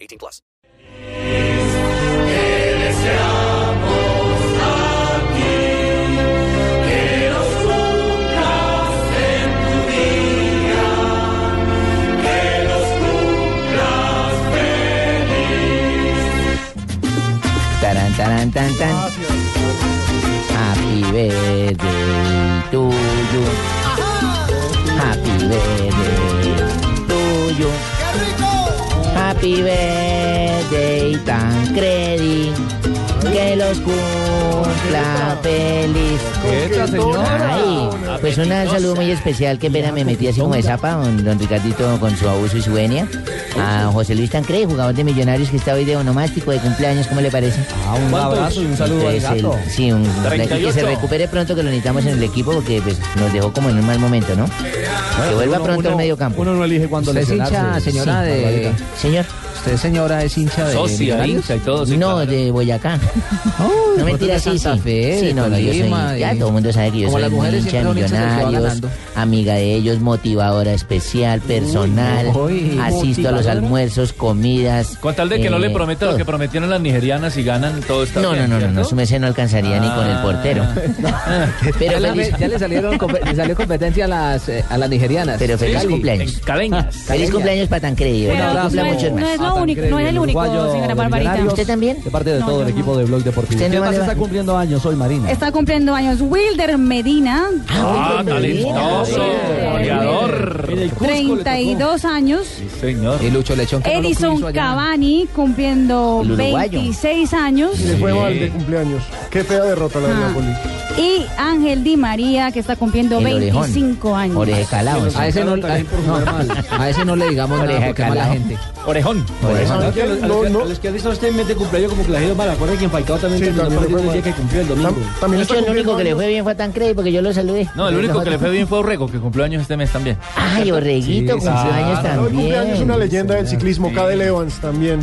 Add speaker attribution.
Speaker 1: 18 plus.
Speaker 2: Tarán, tarán, tan, tan. Happy birthday to you. Happy birthday to you. Happy birthday, Tancredi. Que los cumpla feliz. Ay, pues un saludo muy especial. Qué pena me metí así como de zapa, don, don Ricardito, con su abuso y su venia. A José Luis Tancredi, jugador de Millonarios, que está hoy de onomástico de cumpleaños. ¿Cómo le parece?
Speaker 3: Ah, un abrazo y un saludo al
Speaker 2: Entonces, el-
Speaker 3: gato.
Speaker 2: sí, un, un- que se recupere pronto, que lo necesitamos en el equipo, porque pues, nos dejó como en un mal momento, ¿no? que vuelva pronto al medio campo. Pues,
Speaker 3: Uno no elige cuándo
Speaker 4: Usted es hincha,
Speaker 3: lesionarse.
Speaker 4: señora
Speaker 2: Sí,
Speaker 4: de.
Speaker 2: Barbarita. Señor,
Speaker 4: Usted, señora, es hincha de.
Speaker 5: Socia,
Speaker 4: Millonarios?
Speaker 5: hincha y todo. sí,
Speaker 2: Eh, no,
Speaker 5: claro.
Speaker 2: de Boyacá. no mentira,
Speaker 4: de
Speaker 2: sí,
Speaker 4: Santa
Speaker 2: sí.
Speaker 4: Fe,
Speaker 2: sí,
Speaker 4: de
Speaker 2: no, no, yo soy,
Speaker 4: Tolima,
Speaker 2: ya
Speaker 4: y-
Speaker 2: todo el mundo sabe que yo
Speaker 4: como
Speaker 2: soy
Speaker 4: las mujeres
Speaker 2: hincha de
Speaker 4: siempre son hinchas del que va
Speaker 2: millonarios,
Speaker 4: ganando.
Speaker 2: amiga de ellos, motivadora especial, personal,
Speaker 4: uy,
Speaker 2: asisto a los
Speaker 4: motivadora.
Speaker 2: almuerzos, comidas.
Speaker 5: Con tal de que no
Speaker 2: eh,
Speaker 5: le prometa lo
Speaker 2: todo.
Speaker 5: que prometieron las nigerianas y ganan, todo está
Speaker 2: No, no,
Speaker 5: bien,
Speaker 2: no, no, no,
Speaker 5: ¿cierto?
Speaker 2: su merced no alcanzaría ni con el portero.
Speaker 4: Ah. Ya,
Speaker 2: Pero
Speaker 4: la-
Speaker 2: feliz,
Speaker 4: ya le salieron compe- le salió competencia a las eh, a las nigerianas.
Speaker 2: pero feliz
Speaker 4: Cali.
Speaker 2: cumpleaños. Ah,
Speaker 5: En cadeñas.
Speaker 2: Feliz
Speaker 4: Cariña.
Speaker 2: cumpleaños para Tancredi.
Speaker 4: Un
Speaker 2: Bueno,
Speaker 6: Pero
Speaker 4: abrazo.
Speaker 2: cumpla
Speaker 6: no es-
Speaker 2: muchos
Speaker 6: no
Speaker 2: más. Ah,
Speaker 6: es lo
Speaker 4: Hasta
Speaker 6: único, no es el único,
Speaker 4: uruguayo
Speaker 6: señora
Speaker 4: de
Speaker 6: Barbarita.
Speaker 4: Millonarios,
Speaker 2: ¿Usted también?
Speaker 3: De parte de
Speaker 6: No,
Speaker 3: todo
Speaker 6: yo
Speaker 3: el
Speaker 6: no.
Speaker 3: equipo de Blog Deportivo.
Speaker 2: Usted no
Speaker 3: ¿Quién más
Speaker 2: vale-
Speaker 3: está cumpliendo años hoy, Marina?
Speaker 6: Está cumpliendo años Wilder Medina,
Speaker 5: Ah, talentoso,
Speaker 6: Wilder.
Speaker 5: goleador.
Speaker 3: Mira, el Cusco le tocó.
Speaker 6: 32 años.
Speaker 5: Sí, señor.
Speaker 4: Y Eh, Lucho Lechón. que no lo
Speaker 6: Edison
Speaker 4: quiso allá.
Speaker 6: Cavani cumpliendo
Speaker 2: El uruguayo.
Speaker 6: 26 años.
Speaker 7: Le fue mal de cumpleaños. Qué fea derrota la de
Speaker 6: Ah.
Speaker 7: Napoli.
Speaker 6: Y Ángel Di María, que está cumpliendo
Speaker 2: El orejón.
Speaker 6: 25 años.
Speaker 2: Oreja calado.
Speaker 4: Ah, A ese no, a, no, a ese no le digamos nada
Speaker 2: Oreja
Speaker 4: porque es mala
Speaker 2: calao.
Speaker 4: gente.
Speaker 5: Orejón.
Speaker 7: ¿Sabe qué? No, no.
Speaker 3: los que han visto este mes de cumpleaños como que la gente mala. Acuerda que en Falcao también
Speaker 7: Sí,
Speaker 3: terminó
Speaker 7: también le
Speaker 3: perdiendo
Speaker 7: fue
Speaker 3: el día
Speaker 7: mal.
Speaker 3: que cumplió el domingo.
Speaker 7: Tam- También
Speaker 2: Lucho,
Speaker 7: está
Speaker 2: el único que le
Speaker 7: cumpliendo
Speaker 2: fue bien fue a Tancredi porque yo lo saludé.
Speaker 5: No, el único que le fue bien fue a Orrego, que cumplió años este mes también.
Speaker 2: Ay, Orreguito,
Speaker 3: Sí,
Speaker 2: cumpleaños
Speaker 4: Ah,
Speaker 7: años. Hoy
Speaker 2: también.
Speaker 7: cumpleaños una leyenda del ciclismo, Cadel Evans también.